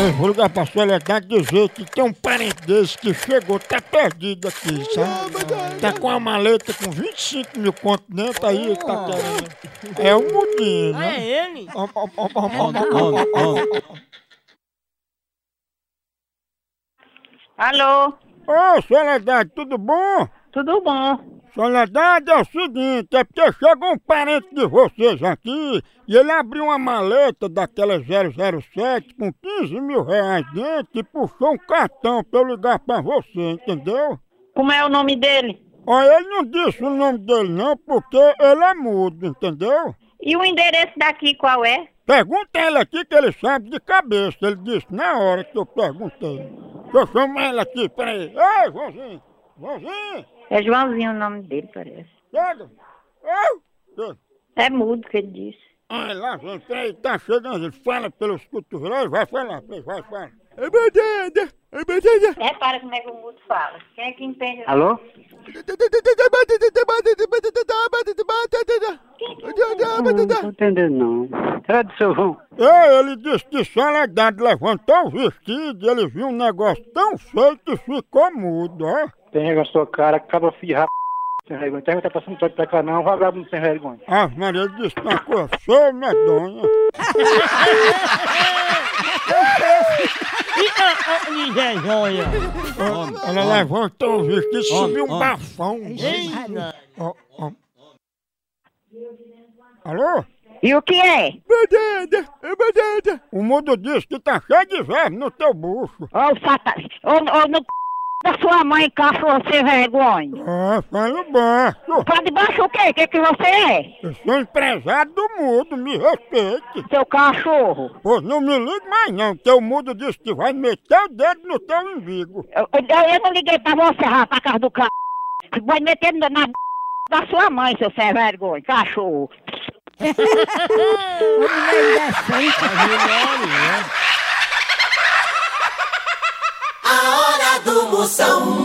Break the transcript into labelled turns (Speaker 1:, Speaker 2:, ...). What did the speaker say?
Speaker 1: Eu vou ligar pra sua delegada dizer que tem um parente desse que chegou, tá perdido aqui, sabe? Tá com uma maleta com 25 mil conto dentro aí, tá querendo. É o mudinho,
Speaker 2: Ah, é
Speaker 1: né?
Speaker 2: ele?
Speaker 1: Ó, ó, ó, ó, ó, ó.
Speaker 3: Alô,
Speaker 1: Ô, Soledade, tudo bom?
Speaker 3: tudo bom?
Speaker 1: Soledade, é o seguinte, é porque chegou um parente de vocês aqui e ele abriu uma maleta daquela 007 com 15 mil reais dentro e puxou um cartão pra eu ligar pra você, entendeu?
Speaker 3: Como é o nome dele?
Speaker 1: Olha, ele não disse o nome dele não, porque ele é mudo, entendeu?
Speaker 3: E o endereço daqui qual é?
Speaker 1: Pergunta ele aqui que ele sabe de cabeça, ele disse na hora que eu perguntei. Deixa eu chamar ele aqui, peraí. Ei, Joãozinho! Joãozinho!
Speaker 3: É Joãozinho o nome dele, parece.
Speaker 1: Chega! Ei! Chega.
Speaker 3: É mudo que ele disse.
Speaker 1: Ah, lá vem, peraí, tá chegando, ele fala pelos cotovelos, vai falar, vai, vai, fala.
Speaker 3: Repara como é que o mudo fala. Quem é que entende?
Speaker 4: Alô? Hum, Não tô entendendo não. Será do seu vão?
Speaker 1: Ei, ele disse que Soledade levantou o vestido, ele viu um negócio tão feio que ficou mudo, ó.
Speaker 4: Pega a sua cara, acaba firra sem vergonha. Tem tá passando todo pra cá não, vagabundo sem vergonha.
Speaker 1: Ah, Maria, ele disse que uma coisa feia, medonha.
Speaker 2: Ih, ah, ah, ih, vergonha.
Speaker 1: Ela levantou o vestido e subiu um bafão.
Speaker 2: Eita.
Speaker 1: Ó, ó. Alô?
Speaker 3: E o que é?
Speaker 1: O mudo disse que tá cheio de verme no teu bucho.
Speaker 3: Ó, o satan... Ô, ô, no c... da sua mãe cá, você vergonha.
Speaker 1: Ah, fala baixo.
Speaker 3: Pra debaixo o quê? O que que você é?
Speaker 1: Eu sou um empresário do mudo, me respeite.
Speaker 3: Seu cachorro.
Speaker 1: Pô, não me ligue mais não, teu mudo disse que vai meter o dedo no teu umbigo.
Speaker 3: Eu, eu- eu não liguei pra você, rapaz, casa do c... Vai meter na na b... da sua mãe, seu sem vergonha, cachorro.
Speaker 5: A hora do Moção.